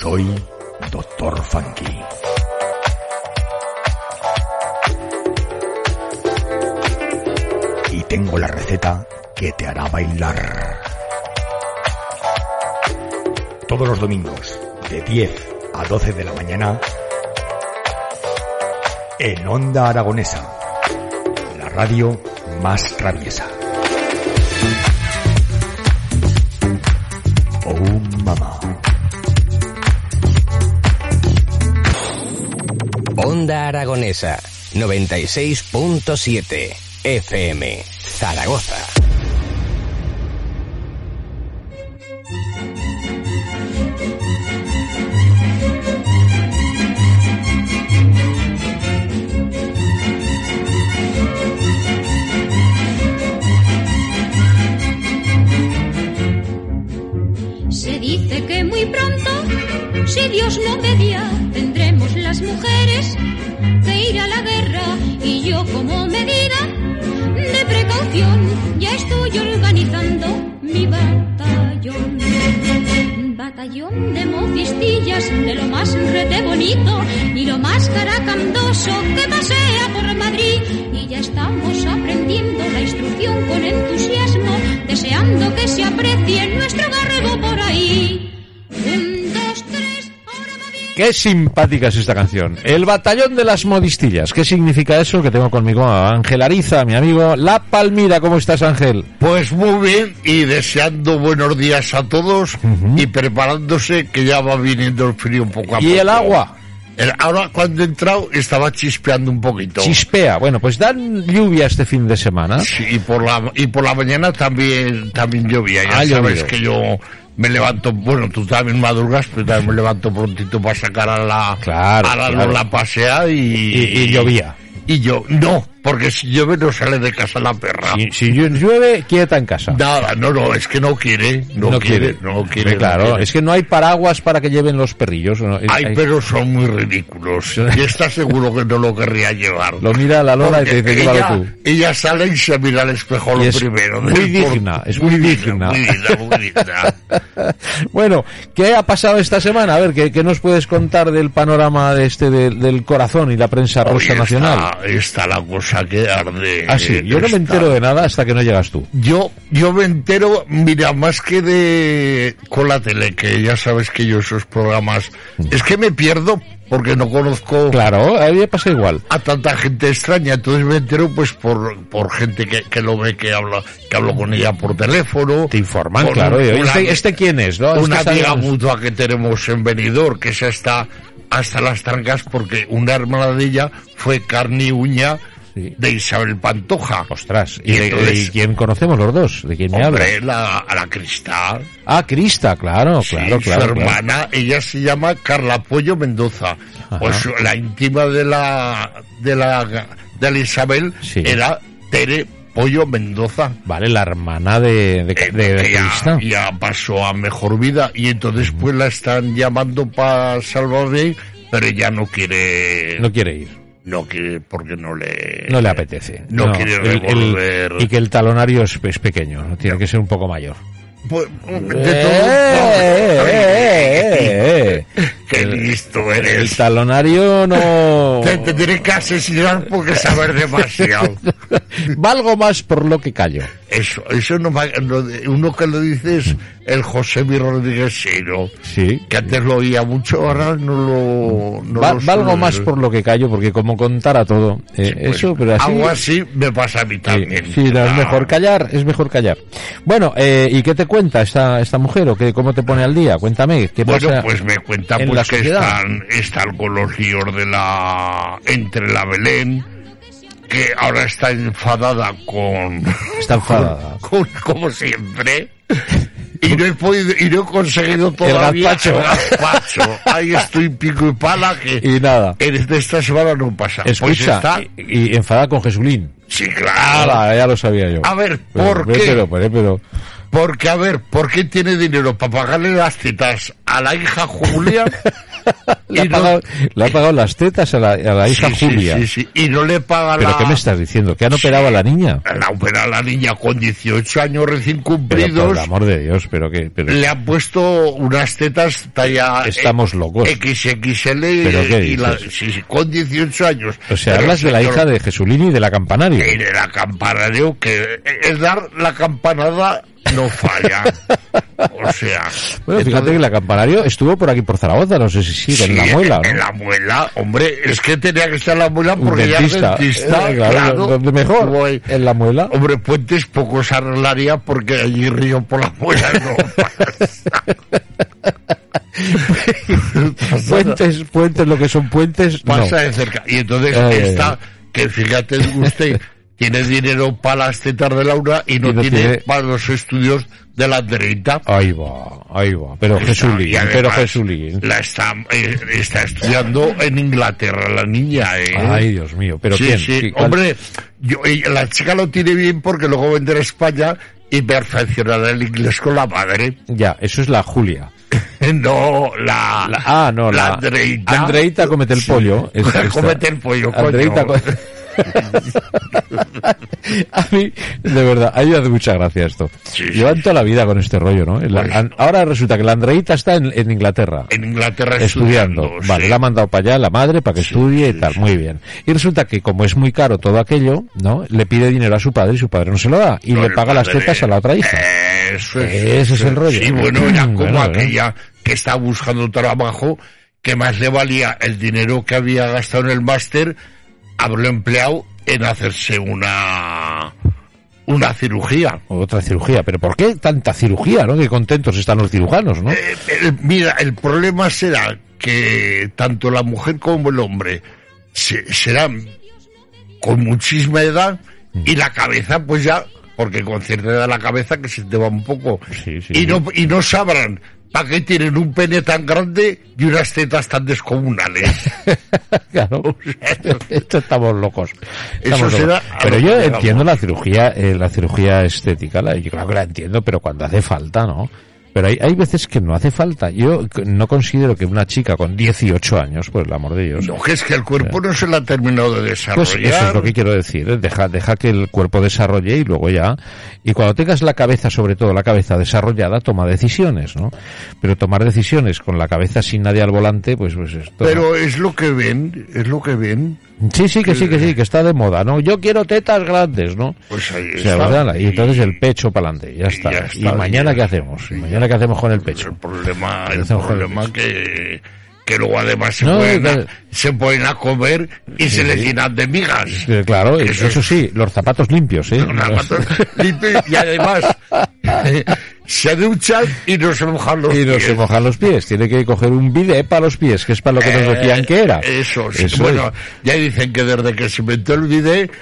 Soy Doctor Funky. Y tengo la receta que te hará bailar. Todos los domingos, de 10 a 12 de la mañana, en Onda Aragonesa, la radio más traviesa. Oh, mamá. Onda Aragonesa 96.7 FM Zaragoza. Se dice que muy pronto, si Dios no media, tendremos las mujeres que ir a la guerra. Y yo como medida de precaución ya estoy organizando mi batallón. Batallón de mofistillas, de lo más rete bonito y lo más caracandoso que pasea por Madrid. Y ya estamos aprendiendo la instrucción con entusiasmo, deseando que se aprecie nuestro garrego por ahí. Un, dos, tres, ahora va bien. Qué simpática es esta canción. El batallón de las modistillas. ¿Qué significa eso? Que tengo conmigo a Ángel Ariza, mi amigo La Palmira. ¿Cómo estás, Ángel? Pues muy bien y deseando buenos días a todos y preparándose que ya va viniendo el frío un poco a ¿Y poco. el agua? El- ahora cuando he entrado estaba chispeando un poquito. Chispea. Bueno, pues dan lluvia este fin de semana. Sí, y por la y por la mañana también también llovía. Ya Ah, sabes llovido. que yo me levanto, bueno, tú también madrugas, pero también me levanto prontito para sacar a la Claro, a la claro. Lola a pasear y, Y- y llovía. Y yo no, porque si llueve no sale de casa la perra. Si, si llueve, quieta en casa. Nada, no, no, es que no quiere, no, quiere, no quiere. Hombre, no claro, quiere. es que no hay paraguas para que lleven los perrillos. ¿no? Es- Ay, hay- pero son muy ridículos. Y está seguro que no lo querría llevar. Lo mira la Lola y te Porque dice, ella, llévalo tú. ella sale y se mira al espejo lo Y es primero. muy Por- digna, es muy digna. Muy digna, muy digna. Bueno, ¿qué ha pasado esta semana? A ver, ¿qué, qué nos puedes contar del panorama de este del- del corazón y la prensa Hoy rosa está- nacional? Está, la cosa que arde. Ah, sí, yo no me Está- entero de nada hasta que no llegas tú. Yo, yo me entero, mira, más que de con la tele, que ya sabes que yo esos programas, es que me pierdo porque no conozco Mm. Claro, a mí me pasa igual. a tanta gente extraña. Entonces me entero pues por, por gente que, que lo ve, que habla, que hablo con ella por teléfono. Te informan, Por claro. un- oye, una- ¿Este, este quién es? ¿no? una Este amiga sabe- mutua que tenemos en Benidorm, que esa está hasta las trancas porque una hermana de ella fue carne y uña Sí. de Isabel Pantoja. Ostras, ¿y, Y de- entonces- de quién conocemos los dos? ¿De quién me hablas? Hombre, la, a la cristal. Ah, Crista, claro, Sí, claro, claro. su claro. hermana, ella se llama Carla Pollo Mendoza. O Ajá. su- la íntima de la de la de la Isabel Sí. era Tere Pollo Mendoza. Vale, la hermana de, de, eh, de- de que Crista. ya, ya pasó a mejor vida y entonces pues la están llamando para Salvador pero ella no quiere No quiere ir. no quiere porque no le No le apetece. no quiere el- el- revolver. y que el talonario es, es pequeño, ¿no? tiene que ser un poco mayor. Pues, de Eh, todo- eh, eh, eh, eh, eh. qué listo El eres talonario no... te tendré que asesinar porque saber demasiado Valgo más por lo que callo. Eso, eso no, va- no- uno que lo dice es el José Mi Rodríguez Sero, Sí. que antes lo oía mucho, ahora no lo... No Va- lo valgo suelo más oír. por lo que callo, porque como contara todo, eh, Pues, eso, pero así... eh, Algo así me pasa a mí también. Sí, no, es Ah, mejor callar, es mejor callar. Bueno, eh, ¿y qué te cuenta esta, esta mujer o qué, cómo te pone al día? Cuéntame, ¿qué Bueno, pasa? pues me cuenta en pues, la que sociedad? están, están con los líos de la... entre la Belén, que ahora está enfadada con... Está enfadada. con- como siempre. Y no he podido, y no he conseguido todavía gazpacho. el gazpacho. Ahí estoy pico y pala que Y nada. en de esta semana no pasa. pues Escucha, Ah, está, y, y enfadada con Jesulín. sí, claro. Ala, ya lo sabía yo. A ver, Pero, ¿por pero, qué? Pero, pero, pero- Porque, a ver, ¿por qué tiene dinero para pagarle las citas a la hija Julia le, ha Y no- pagado, le ha pagado las tetas a la, a la hija Sí, sí, Julia. sí, sí. Y no le paga ¿Pero la... qué me estás diciendo? ¿Que han operado a la niña? La opera la niña con 18 años recién Pero cumplidos. por el amor de Dios, pero que... Pero... Le han puesto unas tetas talla... Estamos eh, locos. XXL ¿Pero qué y la- dices? sí, sí, con 18 años. O sea, Pero, hablas de la señor, hija de Jesulini y de la campanaria. En el acampanadeo que es dar la campanada no falla. o sea, Bueno, fíjate que la campanario estuvo por aquí, por Zaragoza, no sé si sigue en la sí, muela, ¿no? en la muela, hombre, es que tenía que estar en la muela Un porque ya dentista. es dentista, Eh, claro, ¿dónde mejor? Guay. En la muela. Hombre, puentes pocos arreglaría porque allí río por la muela no pasa. Puentes, puentes, lo que son puentes, no. Eh. pasa de cerca. Y entonces Ay, ay, está, que fíjate usted, tiene dinero para las tetas de Laura y no, Y no tiene, tiene- para los estudios de la derecha. Ahí va, ahí va. Pero Jesulín, Pues Y además, pero Jesulín. La está, eh, está estudiando en Inglaterra, la niña, ¿eh? Ay, Dios mío, pero sí, ¿quién? sí. ¿Qué- cuál- Hombre, yo, eh, la chica lo tiene bien porque luego vendrá a España y perfeccionará el inglés con la madre. Ya, eso es la Julia. No, la... La- ah, no, la, Andreita. Andreita comete el pollo. Esta- esta. Cómete el pollo, coño. Andreita co- a mí, de verdad, a mí me hace mucha gracia esto. Sí, Llevan sí. toda la vida con este rollo, ¿no? La- Pues- an- ahora resulta que la Andreita está en, en Inglaterra. En Inglaterra Estudiando, vale, sí. la ha mandado para allá la madre para que estudie y tal, muy bien. Y resulta que como es muy caro todo aquello, ¿no? Le pide dinero a su padre y su padre no se lo da y No, le el paga las padre- tetas a la otra hija. Eso es, Ese es el rollo. Sí, bueno, era como Bueno, bueno. aquella que está buscando trabajo, que más le valía el dinero que había gastado en el máster, haberlo empleado en hacerse una una cirugía. Otra cirugía, pero ¿por qué tanta cirugía, no? Que contentos están los cirujanos, ¿no? Eh, eh, mira, el problema será que tanto la mujer como el hombre se- serán con muchísima edad Mm. y la cabeza, pues ya, porque con cierta edad la cabeza que se te va un poco. Sí, sí. y, no, y no sabrán para qué tienen un pene tan grande y unas tetas tan descomunales. Claro. Esto estamos locos. Estamos Eso locos. será a Pero lo yo que llegamos. entiendo la cirugía, eh, la cirugía estética, la- yo creo que la entiendo, pero cuando hace falta, ¿no? Pero hay, hay veces que no hace falta. Yo c- no considero que una chica con 18 años, por el amor de Dios, no, que es que el cuerpo no se la ha terminado de desarrollar. pues eso es lo que quiero decir. ¿eh? Deja, deja que el cuerpo desarrolle y luego ya. Y cuando tengas la cabeza, sobre todo la cabeza desarrollada, toma decisiones, ¿no? Pero tomar decisiones con la cabeza sin nadie al volante, pues, pues esto. Pero es lo que ven, es lo que ven. Sí, sí, que sí, que Eh. sí, que está de moda, ¿no? Yo quiero tetas grandes, ¿no? Pues ahí O sea, está. ¿verdad? Y entonces el pecho para adelante, ya está. ya ¿Y está, mañana ya. qué hacemos? ¿Y mañana qué hacemos con el pecho? El problema, el Hacemos con el problema que, que luego además se, No, ponen a, pero- se ponen a comer y se les llenan de migas. Eh, Claro, Eso eso, es- sí, los zapatos limpios, ¿eh? Una pata limpia y además se duchan y no se mojan los Y no pies. se mojan los pies, tiene que coger un bidet para los pies, que es para lo que nos Eh, decían que era. Eso, sí. Eso bueno, es. ya dicen que desde que se inventó el bidet,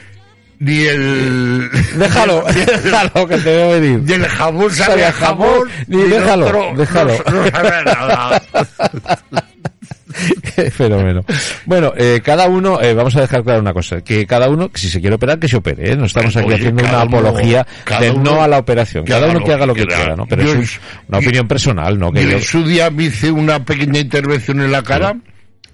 ni el... Déjalo, déjalo, que te veo venir. Ni el jamón sabe Sabe a a jamón, jamón, ni déjalo, otro déjalo. No, no sabe a nada. Qué fenómeno. Bueno, eh, cada uno, eh, vamos a dejar claro una cosa, que cada uno, que si se quiere operar, que se opere, ¿eh? No estamos aquí Oye, haciendo una cada uno- apología cada de uno no a la operación. que haga Cada uno lo que haga lo que que quiera. quiera, ¿no? Pero Yo eso es- es una yo- opinión personal, ¿no? Que Yo yo- en su día me hice una pequeña intervención en la cara.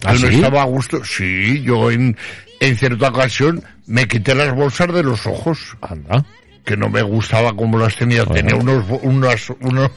¿Ah, que no sí? estaba a gusto. Sí, yo en, en cierta ocasión me quité las bolsas de los ojos, Anda. que no me gustaba como las tenía. Tenía unos, bo- unas, unos-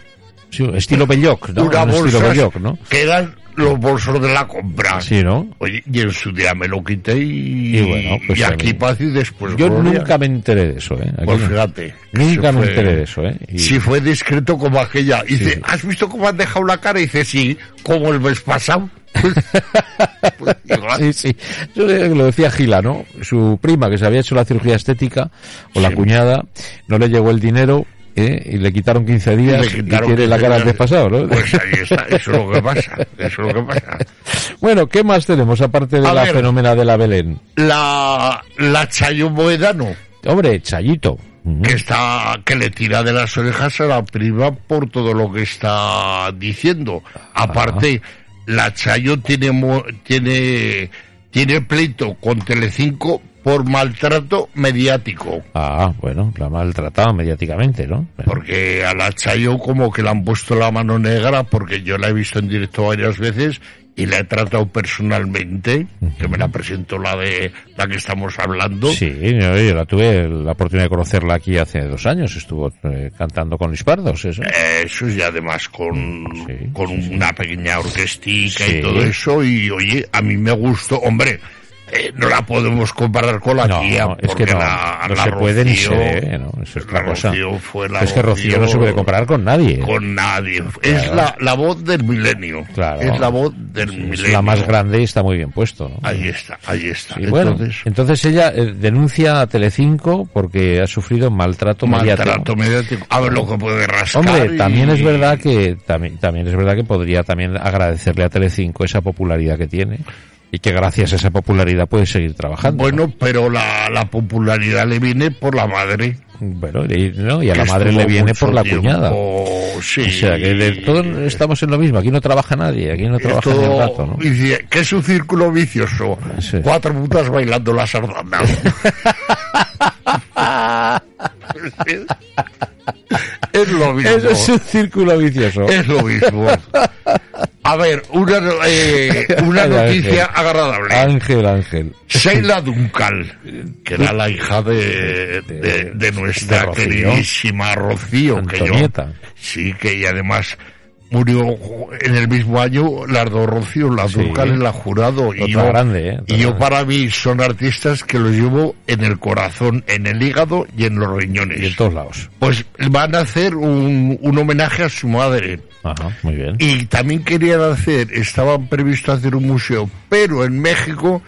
Sí, estilo Belloc, ¿no? unas Un estilo bolsas Belloc, ¿no? que eran los bolsos de la compra. Sí, ¿no? Oye, y en su día me lo quité y, Y bueno, pues y aquí también. paz y después Yo gloria. nunca me enteré de eso, ¿eh? Aquí Pues no. fíjate. Nunca Eso me fue- enteré de eso, ¿eh? Y- Si fue discreto como aquella. Y dice, Sí. ¿has visto cómo han dejado la cara? Y dice, sí, como el mes pasado. Pues, pues, igual. Ah, Sí, sí. Yo le- lo decía Gila, ¿no? Su prima, que se había hecho la cirugía estética, o la cuñada, no le llegó el dinero, ¿eh? Y le quitaron 15 días y, quitaron tiene la 15 cara días. al mes pasado, ¿no? Pues ahí está, eso es lo que pasa. Eso es lo que pasa. bueno, ¿qué más tenemos aparte de A la ver. fenómena de la Belén? La, la Chayo Moedano, Hombre, Chayito. Mm. que está, que le tira de las orejas a la prima por todo lo que está diciendo. Aparte, la Chayo tiene, mo- tiene, tiene pleito con Telecinco por maltrato mediático. Ah, bueno, la ha maltratado mediáticamente, ¿no? Bueno, Porque a la Chayo como que le han puesto la mano negra, porque yo la he visto en directo varias veces y la he tratado personalmente, que me la presentó la de la que estamos hablando. Sí, yo, yo la tuve la oportunidad de conocerla aquí hace dos años, estuvo eh, cantando con Luis Pardos, eso. Eh, Eso y además con, Sí, con una pequeña orquestica Sí. y todo eso. Y oye, a mí me gustó, hombre, eh, no la podemos comparar con la No, tía. no, es porque que no, la, no la se puede ni se Rocío- debe, ¿no? Eso es otra la cosa. Rocío fue la es que Rocío no se puede comparar con nadie. ¿eh? con nadie. Es Claro. la, la voz del milenio. Claro. Es la voz del milenio. es la más grande y está muy bien puesto. ¿no? Ahí está, ahí está. Y bueno, Entonces, entonces, ella eh, denuncia a Telecinco porque ha sufrido maltrato, maltrato mediático. mediático. A ver lo que puede rascar. Hombre, y- también es verdad que también, también es verdad que podría también agradecerle a Telecinco esa popularidad que tiene y que gracias a esa popularidad puede seguir trabajando. Bueno, pero la, la popularidad le viene por la madre. Bueno, y, ¿no? y a la que madre le estuvo viene mucho por la tiempo, cuñada. Sí. O sea, que de- todos estamos en lo mismo. Aquí no trabaja nadie, aquí no Es trabaja ni todo- un rato, ¿no? y dice, que es un círculo vicioso. Sí. Cuatro putas bailando la sardana. es lo mismo. Eso es un círculo vicioso. Es lo mismo. A ver, una, eh, una Ay, Ángel. noticia agradable. Ángel, Ángel. Sheila Duncal, que era la hija de, de, de de nuestra Rocío. queridísima Rocío, que Antonieta. yo. Sí, que y además murió en el mismo año las dos Rocío, la Sí. Duncal y la Jurado. Y Otra yo, grande, ¿eh? Otra y yo grande. para mí son artistas que los llevo en el corazón, en el hígado y en los riñones. Y en todos lados. pues van a hacer un, un homenaje a su madre. Ajá, muy bien. Y también querían hacer, estaban previsto hacer un museo, pero en México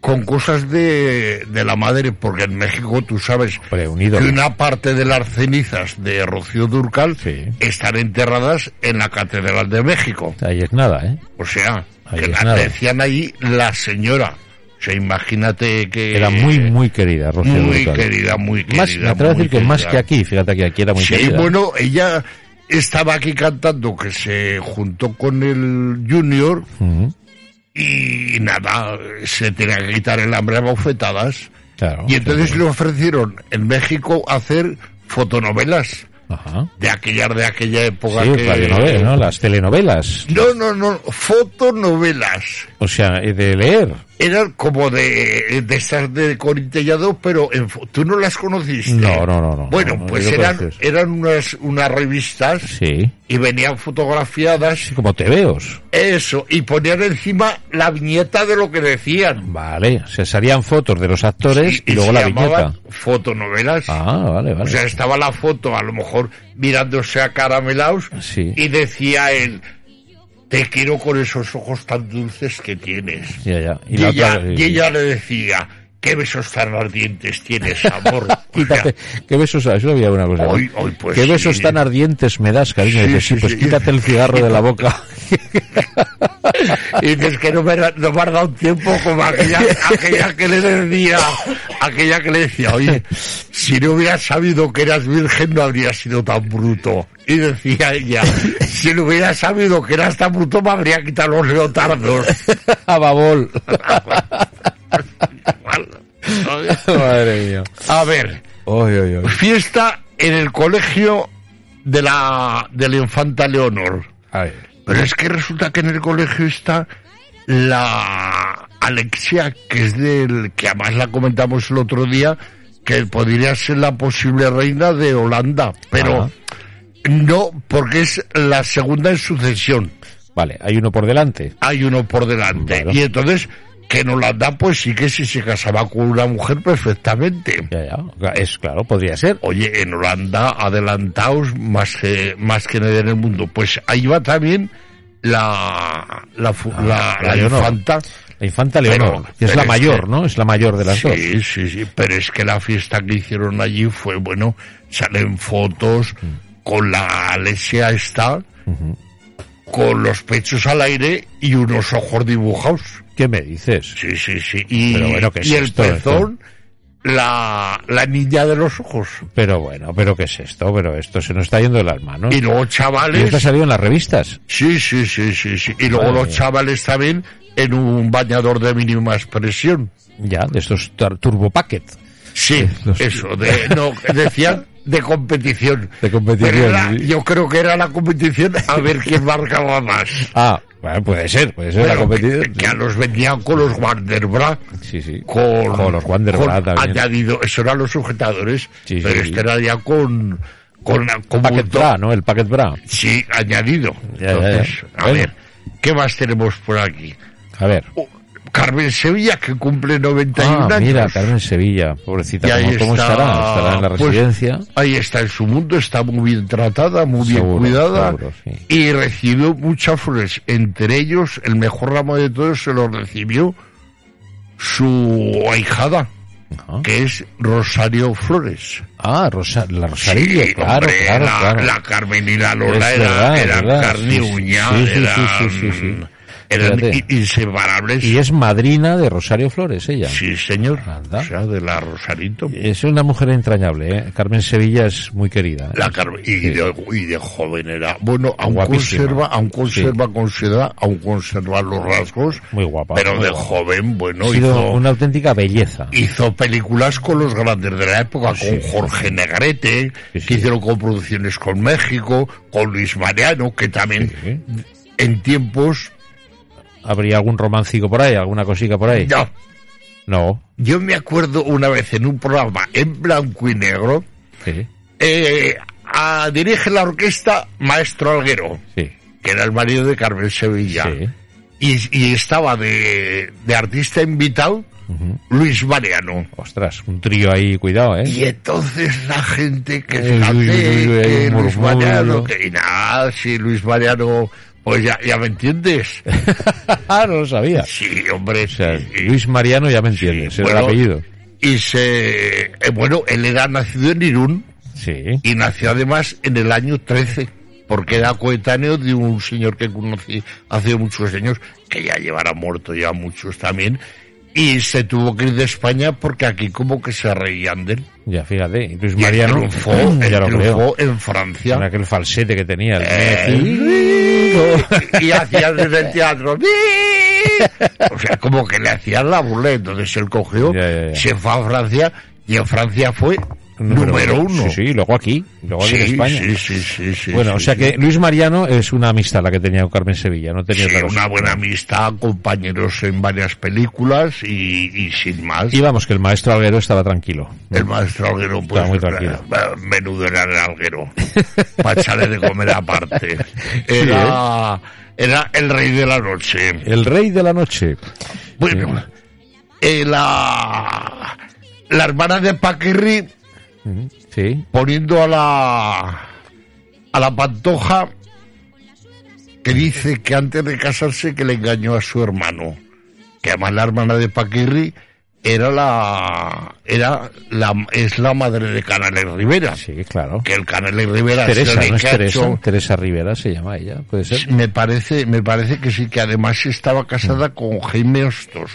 con cosas de, de la madre, porque en México tú sabes Hombre, un ídolo. que una parte de las cenizas de Rocío Durcal Sí. están enterradas en la Catedral de México. Ahí es nada, ¿eh? O sea, Ahí que es la- nada. decían ahí la señora. O sea, imagínate que... Era muy, muy querida, Rocío Eh, muy Dúrcal. querida, muy querida. Más, me atrevo a muy decir que más querida. que aquí, fíjate que aquí era muy Sí, querida. bueno, ella estaba aquí cantando que se juntó con el Junior Ujú, y nada, se tenía que quitar el hambre a bofetadas. claro. Y entonces le ofrecieron en México hacer fotonovelas Ajá. de aquella, de aquella época. Sí, que- Flavio Novel, ¿no? Las telenovelas. No, no, no, fotonovelas. O sea, eh, de leer. Eran como de, de esas de Corintellado, pero en fo- tú no las conociste. No, no, no, no, Bueno, no, pues yo eran, conozco eso. eran unas, unas revistas Sí. y venían fotografiadas Sí, como te veos. Eso, y ponían encima la viñeta de lo que decían. Vale. Se salían fotos de los actores y, luego se la llamaban viñeta. Fotonovelas. Ah, vale, O vale. sea, estaba la foto a lo mejor mirándose a caramelaos Sí. y decía él, te quiero con esos ojos tan dulces que tienes. Ya, ya. Y, la ella, otra- y ella le decía, qué besos tan ardientes tienes, amor. O sea, Quítate, qué besos, eso había una cosa. ¿no? Hoy- hoy, pues, qué besos sí. tan ardientes me das, cariño. Sí, Dices, sí, sí, pues sí. quítate el cigarro de la boca. Y dices que no me, da- no me has dado tiempo como aquella, aquella que le decía, aquella que le decía, oye, si no hubieras sabido que eras virgen no habrías sido tan bruto. Y decía ella, si no hubieras sabido que eras tan bruto me habría quitado los leotardos. A babol. Madre mía. A ver, Oy, oy, oy. fiesta en el colegio de la, de la infanta Leonor. Ay, Pero es que resulta que en el colegio está la Alexia, que es del que además la comentamos el otro día, que podría ser la posible reina de Holanda, pero Ajá. no porque es la segunda en sucesión. Vale, hay uno por delante. Hay uno por delante Claro. y entonces que en Holanda pues sí que si se casaba con una mujer perfectamente. Ya, ya. Es claro, podría ser. Oye, en Holanda adelantaos más que más que nadie en el mundo. Pues ahí va también la la, fu- Ah, la, la la Leonor. infanta. La infanta Leonor, Pero- que es pero la es mayor, que- ¿no? Es la mayor de las dos. Sí, sí, sí. Pero es que la fiesta que hicieron allí fue bueno. Salen fotos Mm. con la Alesia está, con los pechos al aire y unos ojos dibujados. ¿Qué me dices? Sí, sí, sí. Y, Pero bueno, ¿qué es y el esto, pezón la, la niña de los ojos. Pero bueno, pero ¿qué es esto? Pero esto se nos está yendo de las manos. Y luego Ah. Y esto ha chavales. salido en las revistas. Sí, sí, sí, sí, sí. Y luego Madre los mía. chavales también en un bañador de mínima expresión. Ya, de estos tar- Turbo Packet. Sí, Los- eso, de, no, decían de competición. De competición, Pero era- sí. Yo creo que era la competición a ver quién marcaba más. Ah, bueno, puede ser, puede ser la Bueno, competición. Que, que a los vendían con los Wanderbra. Sí, sí. Con, Con los Wanderbra con también. Añadido, eso eran los sujetadores. Sí, pero sí, sí. este era ya con. Con, con Packet montón- Bra, ¿no? El Packet Bra. Sí, añadido. Ya, ya, ya. Entonces, a Bueno. ver, ¿qué más tenemos por aquí? A ver. Oh, Carmen Sevilla, que cumple 91 Ah, años. mira, Carmen Sevilla, Y pobrecita, ahí ¿cómo, cómo está, estará? ¿Estará en la pues, residencia? Ahí está en su mundo, está muy bien tratada, muy bien Seguro, cuidada seguro, sí. y recibió muchas flores. Entre ellos, el mejor ramo de todos se lo recibió su ahijada, Ajá. que es Rosario Flores. Ah, Rosa, la Rosario, Sí, claro, hombre, claro, la, claro. la Carmen y la Lola Es eran, verdad, es eran verdad, carne y sí, sí, uña, sí, sí, sí, eran, sí, sí, sí. eran Fíjate. i- inseparables. Y es madrina de Rosario Flores, ella. Sí, señor. Anda. O sea, de la Rosarito. Es una mujer entrañable, ¿eh? Carmen Sevilla es muy querida. ¿eh? La Carmen, y, de, y de joven era. Bueno, aún Guapísima. conserva, aún conserva con su edad, aún conserva los rasgos. Muy guapa, Pero muy de guapa. joven, bueno, ha sido hizo, una auténtica belleza. hizo películas con los grandes de la época, con Jorge Negrete, Ah, Sí, sí. que hicieron coproducciones con México, con Luis Mariano, que también Sí. en tiempos. ¿Habría algún romancico por ahí, alguna cosica por ahí? No, No. yo me acuerdo una vez en un programa en blanco y negro, Sí, eh, a- dirige la orquesta Maestro Alguero. sí, que era el marido de Carmen Sevilla, sí. y, y estaba de, de artista invitado Ujú. Luis Mariano. Ostras, un trío ahí, cuidado, ¿eh? Y entonces la gente que Eh, fíjate, uy, uy, uy, hay que un Luis murmullo. Mariano, que y nada, si Luis Mariano, pues ya, ya me entiendes. ah, no lo sabía. Sí, hombre. O sea, sí. Luis Mariano ya me entiendes, Sí, es el bueno. apellido. Y se, eh, bueno, él era nacido en Irún Sí. y nació además en el año 13, porque era coetáneo de un señor que conocí hace muchos años, que ya llevará muerto ya muchos también, y se tuvo que ir de España porque aquí como que se reían de él. Ya, fíjate. y Luis Y él Mariano, triunfó, él ya lo creo. triunfó en Con Francia. aquel falsete que tenía. el Eh, y hacían desde el teatro. O sea, como que le hacían la burla. Entonces él cogió, Ya, ya, ya. se fue a Francia y en Francia fue número, uno. Sí, sí, y luego aquí, luego aquí en Sí, España. sí, sí, sí, sí, bueno, sí, o sea sí. que Luis Mariano es una amistad la que tenía con Carmen Sevilla, no tenía Sí, otra cosa. una buena amistad, compañeros en varias películas y, y sin más. Y vamos, que el maestro Alguero estaba tranquilo. el maestro alguero, pues, muy tranquilo. eh, menudo era el alguero. para echarle de comer aparte. Era, ¿eh? era el rey de la noche. El rey de la noche. Bueno, eh, la, la hermana de Paquirri Sí. poniendo a la a la pantoja que dice que antes de casarse que le engañó a su hermano que además la hermana de Paquirri era la era la es la madre de Canales Rivera Sí, claro. que el Canales Rivera es Teresa, el ¿no es que ha Teresa? hecho- Teresa Rivera se llama ella, puede ser. me parece me parece que sí que además estaba casada con Jaime Hostos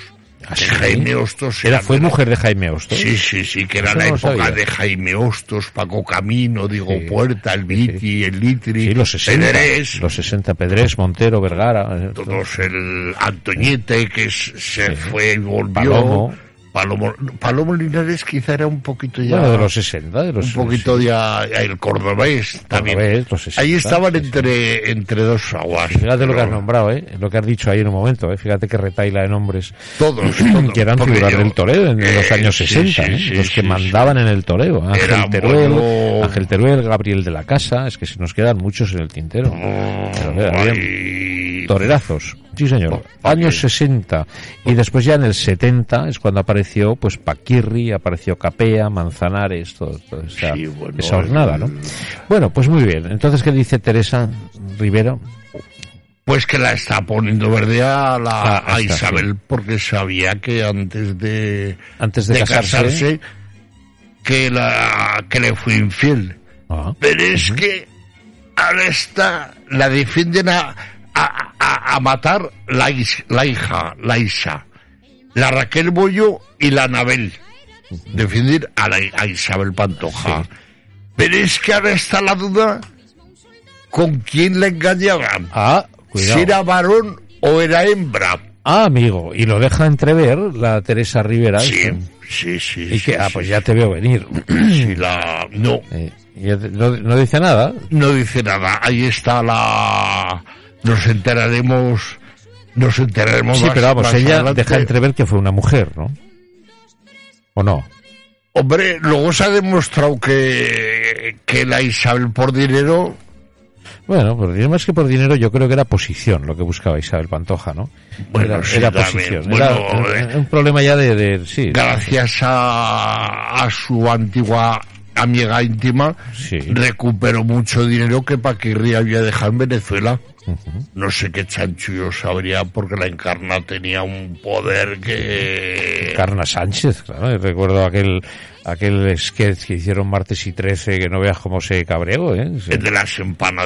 ¿Ah, sí? Jaime Hostos Era, era fue mujer de Jaime Hostos. Sí, sí, sí, que era Eso la no lo época sabía. de Jaime Hostos, Paco Camino, Diego Sí. Puerta, el Viti, el Litri, Sí, los 60. Pederés, Los 60, Pedrés, Montero, Vergara. eh, todos el Antoñete que s- se fue y volvió. Palomo. Palomo. Palomo Linares quizá era un poquito ya... Bueno, de los 60, de los un poquito ya el cordobés también. Cordobés, los 60, Ahí estaban sí, sí. entre, entre dos aguas. Fíjate lo que has Pero nombrado, ¿eh? Lo que has dicho ahí en un momento, ¿eh? Fíjate que retaila de nombres Todos, todos, que eran Pues, porque figuras yo- del toreo en los Eh, años sí, 60, sí, ¿eh? sí, los que sí, sí. mandaban en el toreo. Ángel Era Teruel, bueno. Ángel Teruel, Gabriel de la Casa, es que se nos quedan muchos en el tintero. Pero mira, había Ay, Torerazos, sí Oh, señor, años 60 y después ya en el 70 es cuando apareció pues Paquirri, apareció Capea, Manzanares, todo, todo esa, Sí, bueno, esa hornada, ¿no? Bueno, pues muy bien, entonces ¿qué dice Teresa Rivero? Pues que la está poniendo verde a, la, Ah, a está, Isabel porque sabía que antes de, Antes de casarse- que, la, que le fue infiel. Ah, Pero es que ahora está, la defienden a, a, a- a matar la, is- la hija, la Isa, la Raquel Bollo y la Anabel. defender a, la- a Isabel Pantoja. Pero es que ahora está la duda con quién la engañaban. Ah, cuidado. Si era varón o era hembra. Ah, amigo, y lo deja entrever la Teresa Rivera. Sí, eso. sí, sí. Y sí, que, ah, sí, pues ya te veo venir. sí, la- no, Eh, y ya te- no, no dice nada. no dice nada. Ahí está la... Nos enteraremos... Nos enteraremos Sí, más- pero vamos, más ella adelante. deja entrever que fue una mujer, ¿no? ¿O no? Hombre, luego se ha demostrado que, que la Isabel por dinero, Bueno, por dinero, más que por dinero, yo creo que era posición lo que buscaba Isabel Pantoja, ¿no? Bueno, era, sí, era también. posición. Bueno, era eh. un problema ya de, de- sí. gracias a, a su antigua amiga íntima, Sí. recuperó mucho dinero que Paquirri había dejado en Venezuela. No sé qué chanchullo sabría porque la encarna tenía un poder que... Carna Sánchez, claro. y recuerdo aquel aquel sketch que hicieron martes y 13, que no veas cómo se cabreó, ¿eh? Se- El de las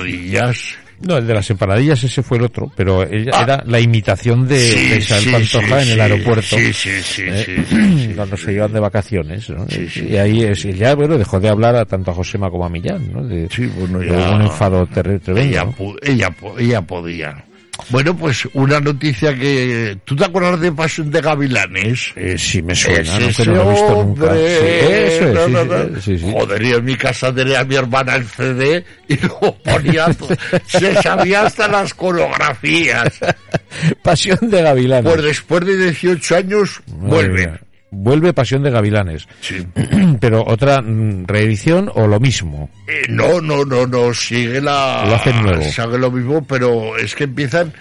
empanadillas. No, el de las empanadillas ese fue el otro, pero ella Ah. era la imitación de, Sí, de Isabel sí, Pantoja en sí, el sí, aeropuerto. Sí, sí, sí, ¿eh? sí, sí, sí. cuando se iban de vacaciones, ¿no? Sí, sí. Y ahí es, y ya, bueno, dejó de hablar a tanto a Josema como a Millán, ¿no? De, Sí, bueno, de ya- un enfado ter- tremendo. Ella, ¿no? pu- ella, po- ella podía. Bueno, pues una noticia que... ¿Tú te acuerdas de Pasión de Gavilanes? Eh, sí, me suena, Ese ¿no? Que no lo he visto nunca. Sí, hombre, eso es, no, sí, no, sí, no. eh, sí, sí. Joder, yo en mi casa tenía a mi hermana el CD y lo ponía... se sabía hasta las coreografías. Pasión de Gavilanes. Pues después de 18 años, Madre vuelve. mía. Vuelve Pasión de Gavilanes. Sí. Pero otra mm, reedición o lo mismo. Eh, no, no, no, no, sigue la... Lo hacen nuevo. Sigue lo mismo, pero es que empiezan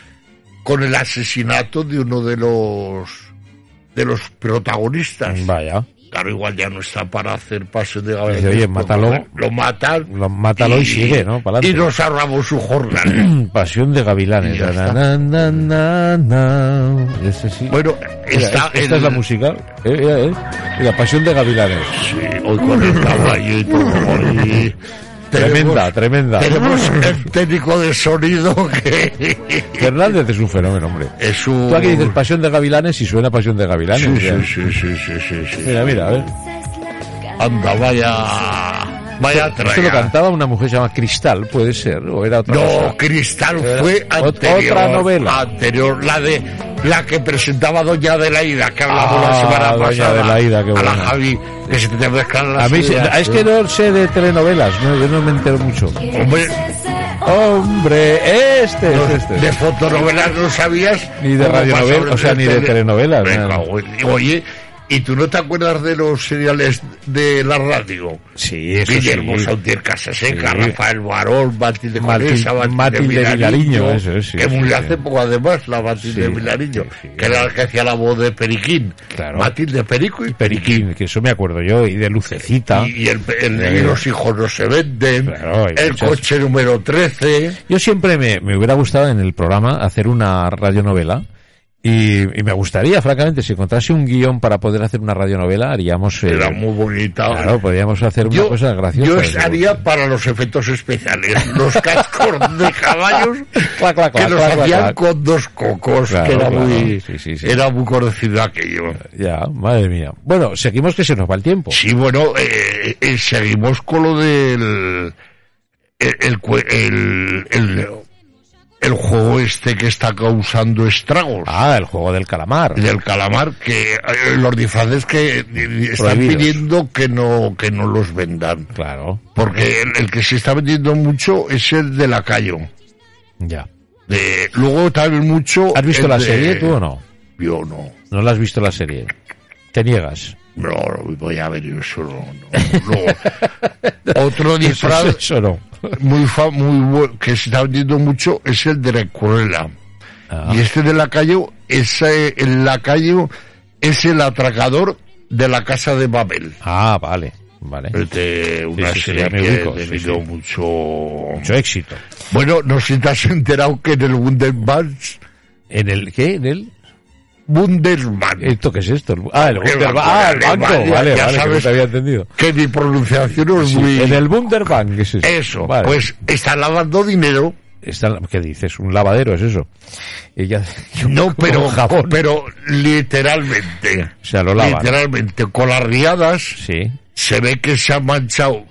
con el asesinato de uno de los... de los protagonistas. Vaya. Claro, igual ya no está para hacer pases de gavilanes. Dice, oye, Lo mátalo. matan- Lo matan. Lo- mátalo y sigue, ¿no? Pa'lante. Y nos ahorramos su jornal. Pasión de Gavilanes. Y ya Na, está. na, na, na, na. Ese sí. bueno, Mira, está esta es la música. Eh, mira, eh. Mira, Pasión de Gavilanes. Sí, hoy con el caballo y todo. y Tremenda, tremenda. Tenemos el técnico de sonido que Fernández es un fenómeno, hombre. es un... Tú aquí dices Pasión de Gavilanes y suena Pasión de Gavilanes. Sí, o sea. sí, sí, sí, sí, sí, sí. Mira, mira, a ver. Anda, vaya... Vaya Esto lo traga. cantaba una mujer llamada Cristal, puede ser, o era otra cosa. No, Cristal Era fue Eh, ot- anterior. otra novela. Anterior, la de la que presentaba Doña Adelaida, que hablamos Ah, la semana Doña pasada. Adelaida, qué a la buena. Javi, que se te mezclan las A mí, Ah, sí- ideas. es que no sé de telenovelas, no, yo no me entero mucho. Hombre, Hombre, este es de este. fotonovelas no sabías. Ni de cómo radionovelas, pasaron o sea, ni de tele- telenovelas, Me nada. cago en- Oye, ¿y tú no te acuerdas de los seriales de la radio? Sí, eso Guillermo sí. Sautier Casaseca, Sí. Rafael Barón, Matilde Matil- Conesa, Matilde Vilariño, eso es, sí, que sí, murió sí. hace poco además, la Matilde Sí, Vilariño, sí, sí. que era la que hacía la voz de Periquín. Claro. Matilde Perico y Periquín. Periquín, que eso me acuerdo yo, y de Lucecita. Y, y el, el- Sí. y los hijos no se venden, Claro, y el muchas- coche número 13, Yo siempre me, me hubiera gustado en el programa hacer una radionovela. Y, y me gustaría, francamente, si encontrase un guión para poder hacer una radionovela, haríamos... eh, era muy bonita. Claro, podríamos hacer una yo, cosa graciosa. yo desde estaría luego. para los efectos especiales, los cascos de caballos Clac, clac, que clac, los clac, clac, hacían clac. con dos cocos, Claro, que era, claro. muy, Sí, sí, sí. era muy conocido aquello. Ya, madre mía. Bueno, seguimos que se nos va el tiempo. Sí, bueno, eh, eh, seguimos con lo del el, el, cue- el, el- el juego este que está causando estragos. Ah, el juego del calamar. Del calamar, que eh, los disfraces que eh, están Prohibidos. pidiendo que no, que no los vendan. Claro, Porque el, el que se está vendiendo mucho es el de lacayo. ya. De, luego también mucho... ¿Has visto el la de- serie tú o no? Yo no. No la has visto la serie. Te niegas. No, no voy a ver yo solo. No, no. Otro Eso, disfraz eso no. muy fa- muy bu- que se está vendiendo mucho es el de la Cruella. Ah. Y este de lacayo, ese, el lacayo es el atracador de la casa de Babel. Ah, vale, vale. Este, una sí, sí, serie ya me que ubico, ha sí, tenido sí. mucho... Mucho éxito. Bueno, no sé si te has enterado que en el Bundesmann, ¿En el qué? ¿En el? Bundesmann, ¿Esto qué es esto? El- Ah, el, El Wunderba- banco ah, de el banco. Alemania, Vale, ya vale, que no sabes. te había entendido. que mi pronunciación no es Sí, muy... En el Wunderbank, ¿qué es eso? Eso, Vale. pues está lavando dinero está, ¿qué dices? Un lavadero es eso. Ella, No, pero, con jabón. pero literalmente. O sea, lo lavan. Literalmente, con las riadas Sí. se ve que se ha manchado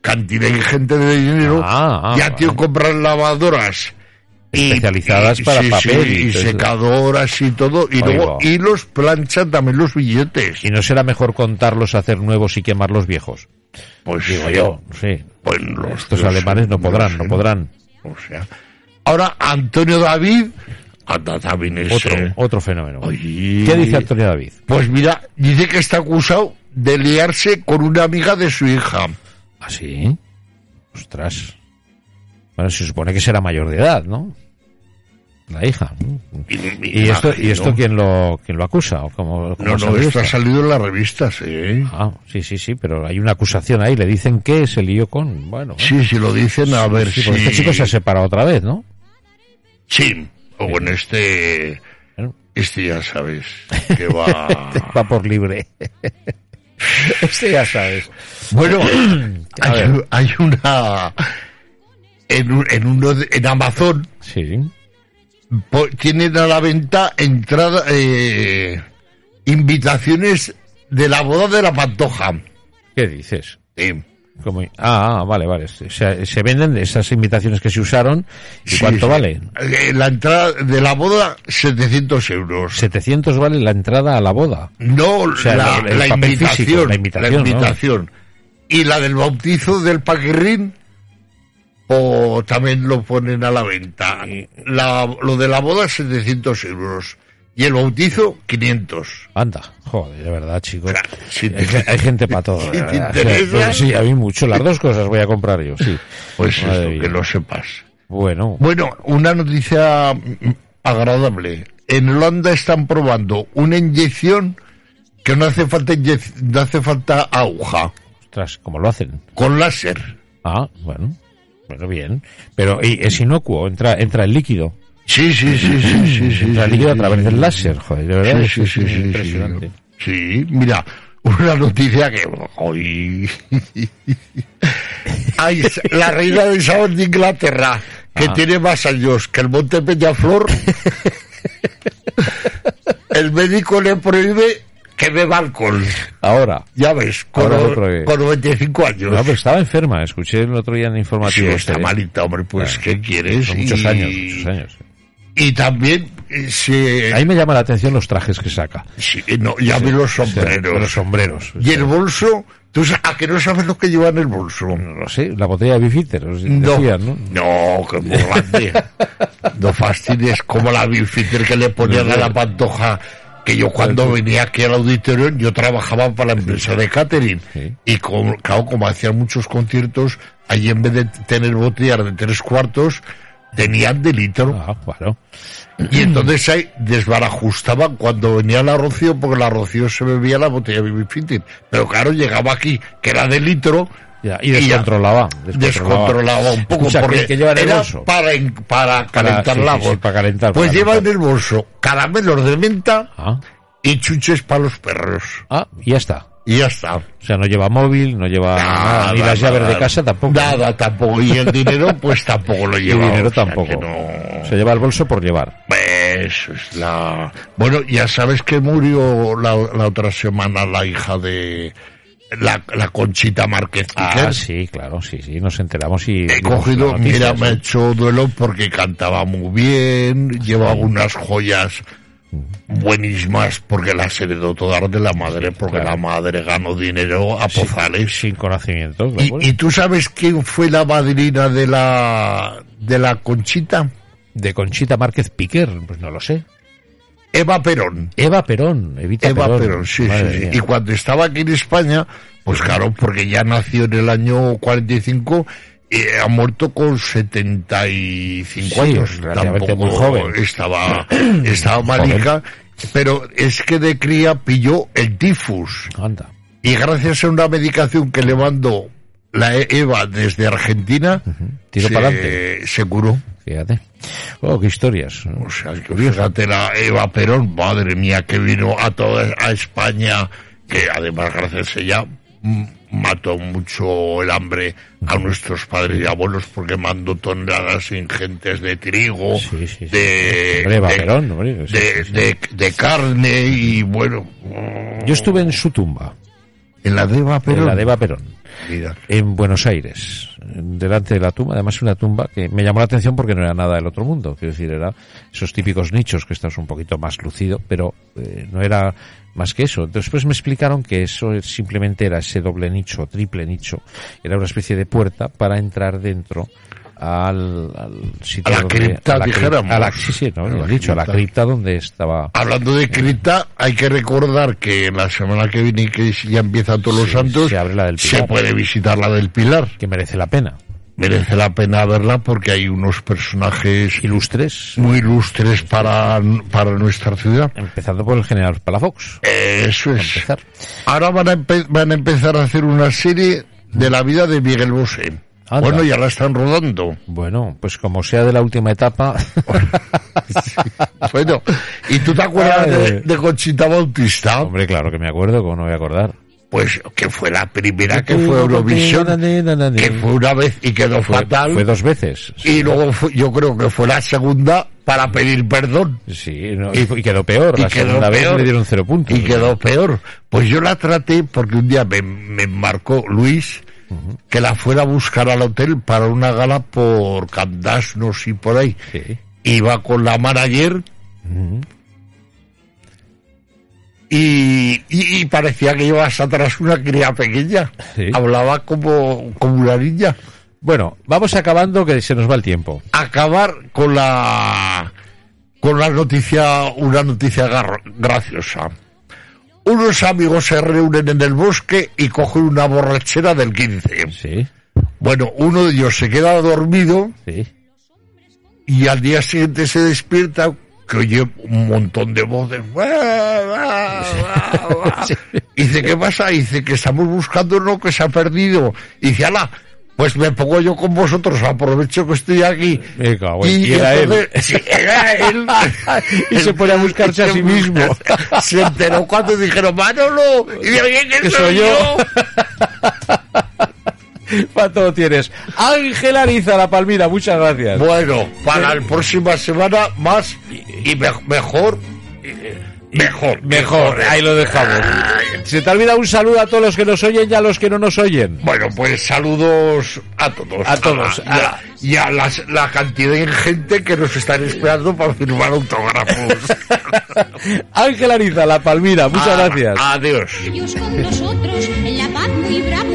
cantidad ingente de dinero Ah, ah, y ha tenido que comprar lavadoras y- Especializadas y- para sí, papel sí, y todo y eso. secadoras y todo y Ahí luego va. y los planchan también los billetes Y no será mejor contarlos, hacer nuevos y quemar los viejos. pues Digo yo, sí. pues los, Estos los- alemanes no podrán, sé, no podrán. o sea ahora Antonio David anda también es, Otro, eh, otro fenómeno. oye, ¿Qué dice Antonio David? pues mira dice que está acusado de liarse con una amiga de su hija ¿Ah, sí? Ostras. Bueno, se supone que será mayor de edad, ¿no? La hija. y, ¿Y esto, ¿y esto imagino- quién lo, quién lo acusa? ¿O cómo- cómo no se no acusa? esto ha salido en las revistas eh Ah, sí, sí, sí, pero hay una acusación ahí. Le dicen que se lió con... Bueno, Sí, si lo dicen, a ver sí, si... porque este chico se ha separado otra vez, ¿no? Sí, o con este... Claro. Este ya sabes que va... Eh, Va por libre. este ya sabes. bueno, A hay, ver. hay una... En, un- en, uno de- en Amazon Sí. po- tienen a la venta entrada, eh, invitaciones de la boda de la Pantoja. ¿Qué dices? Sí. Como- Ah, ah, vale, vale. O sea, se venden esas invitaciones que se usaron. ¿Y Sí, cuánto sí. vale? Eh, La entrada de la boda, 700 euros. 700 vale la entrada a la boda. No, sea, la, el- el la papel invitación, físico, la la invitación, invitación. ¿no? Y la del bautizo del paquirrín, o también lo ponen a la venta. La- lo de la boda, 700 euros. Y el bautizo, 500. Anda, joder, de verdad, chicos. Claro, si te- Hay ge- hay gente para todo. de si te verdad. interesa. Pero sí, a mí mucho. Las dos cosas voy a comprar yo, sí. Pues eso, Madre mía. que lo sepas. Bueno, Bueno, una noticia mm, agradable. En Holanda están probando una inyección que no hace falta, inyec- no hace falta aguja, ostras, ¿cómo lo hacen? con láser. Ah, bueno. Bueno, bien. Pero y, eh, es inocuo, entra, entra el líquido. Sí, sí, sí, sí, sí, sí. Entra el sí, líquido sí, a través sí. del láser, joder, de verdad. Sí, es- sí, es sí, sí, sí, impresionante. Sí, Sí, mira, una noticia que hoy Ay, la reina de Isabel de Inglaterra, que Ah. tiene más años que el Monte Peñaflor, el médico le prohíbe que beba alcohol. Ahora. Ya ves, con, Ahora lo no- prohíbe. con 95 años. No, pero estaba enferma, escuché el otro día en el Sí, informativo. este, está ¿eh? malita, hombre, pues Claro. ¿qué quieres? Son muchos Y- años, muchos años. Y también eh, se... Ahí me llama la atención los trajes que saca. Sí, no, ya vi los O sea, sombreros. Los sombreros. Y el bolso, tú sa- a que no sabes lo que lleva en el bolso. No sé, ¿eh? la botella de Bifitter, os No, decían, ¿no? no, que muy grande. no fastidies como la Bifitter que le ponían a la pantoja. Que yo cuando venía aquí al auditorio, yo trabajaba para la empresa de catering. Sí. Y como, claro, como hacían muchos conciertos, allí en vez de tener botellas de tres cuartos, tenían de litro. Ah, bueno. Y entonces ahí desbarajustaban cuando venía la Rocío, porque la Rocío se bebía la botella de Bifitin. Pero claro, llegaba aquí, que era de litro, Ya, y descontrolaba. descontrolaba un poco, Escucha, porque que- que lleva en el era bolso. para, en- para calentar sí, la sí, sí, voz. para calentar, Pues para lleva en calentar. el bolso caramelos de menta Ah, y chuches para los perros. ah, y ya está. Y ya está. O sea, no lleva móvil, no lleva nada, ni Ah, Nada, las llaves nada. de casa tampoco. Nada, tampoco. Y el dinero, pues tampoco lo Y el lleva. dinero o sea, tampoco. que no- Se lleva el bolso por llevar. Eso es la. Bueno, ya sabes que murió la, la otra semana la hija de la, la Conchita Márquez. Ah, Piquer. sí, claro, sí, sí, nos enteramos y... He vimos ¿eh? la cogido, noticia, mira, sí. me ha hecho duelo porque cantaba muy bien, llevaba unas joyas buenísimas porque las heredó todas de la madre, porque claro. la madre ganó dinero a Pozales. Sin conocimiento. Y- bueno. ¿Y, tú sabes quién fue la madrina de la de la Conchita? De Conchita Márquez Piquer, pues no lo sé. Eva Perón. Eva Perón, Evita Eva Perón. Perón, sí, Madre sí, sí. mía. Y cuando estaba aquí en España, pues claro, porque ya nació en el año 45 y ha muerto con 75 Sí, años. relativamente Tampoco muy joven. Estaba, estaba marica, pero es que de cría pilló el tifus. Anda. Y gracias a una medicación que le mandó la E- Eva desde Argentina, Tiro se, pa'lante. se curó. Fíjate. Oh, qué historias. ¿no? O sea, que fíjate la Eva Perón, madre mía, que vino a toda a España, que además gracias a ella mm, mató mucho el hambre a nuestros padres y abuelos porque mandó toneladas ingentes de trigo, Sí, sí, sí. de, Hombre, de- Vaquerón, hombre, sí, de- sí, de- de carne y bueno, Yo estuve en su tumba, en la de en Vaperón. la de Eva Perón. Mira. en Buenos Aires, delante de la tumba, además una tumba que me llamó la atención porque no era nada del otro mundo, quiero decir, era esos típicos nichos que estás un poquito más lucido, pero eh, no era más que eso. Después me explicaron que eso es- simplemente era ese doble nicho, triple nicho, era una especie de puerta para entrar dentro al, al sitio A la donde- cripta, a la, dijéramos. a la- sí, sí, no, A lo la he dicho, a la cripta. cripta donde estaba Hablando de cripta, hay que recordar que la semana que viene, que ya empieza todos los Sí, santos, se abre la del se Pilar. puede visitar la del Pilar. que merece la pena. Merece la pena verla porque hay unos personajes Ilustres, muy ilustres para, para nuestra ciudad. empezando por el general Palafox. Eso para es. empezar. Ahora van a, empe- van a empezar a hacer una serie de la vida de Miguel Bosé. Anda. Bueno, ya la están rodando. Bueno, pues como sea de la última etapa, Bueno, ¿y tú te acuerdas Ay. de, de Conchita Bautista? hombre, claro que me acuerdo, como no voy a acordar. Pues que fue la primera que fue Eurovisión, que fue una vez y quedó Fue- fatal. Fue dos veces. y luego fue- yo creo que fue la segunda para pedir perdón. Sí, no, y, y quedó peor. Y la quedó segunda vez peor. le dieron cero puntos. Y quedó peor. Pues yo la traté porque un día me, me marcó Luis que la fuera a buscar al hotel para una gala por Candasnos y por ahí. Sí. Iba con la manager Ujú. y, y- y parecía que llevas atrás una cría pequeña. Sí. Hablaba como, como una niña. Bueno, vamos acabando que se nos va el tiempo. Acabar con la con la noticia, una noticia gar- graciosa. Unos amigos se reúnen en el bosque y cogen una borrachera del 15. Sí, Bueno, uno de ellos se queda dormido sí. y al día siguiente se despierta que oye un montón de voces. "Buah, buah, buah, buah". Y Dice, ¿qué pasa? Y Dice que estamos buscando uno que se ha perdido. Y dice, ala, pues me pongo yo con vosotros, aprovecho que estoy aquí. Me cago en- Eh, Ah, y era él. sí, era él. Y se pone a buscarse a sí mismo. Se enteró cuando dijeron, Manolo. Y dice, oye, Que ¿qué soy soy yo". yo? Para todo tienes. Ángel Ariza, La Palmira, muchas gracias. Bueno, para la próxima semana más y me- mejor. eh, Mejor, Mejor, ahí lo dejamos. Se te olvida un saludo a todos los que nos oyen y a los que no nos oyen. Bueno, pues saludos a todos. A todos, la- y a- y a las- la cantidad de gente que nos están esperando para firmar autógrafos. Ah, Ángel Ariza, La Palmira, muchas gracias. Adiós. Ellos con nosotros en la paz muy bravo.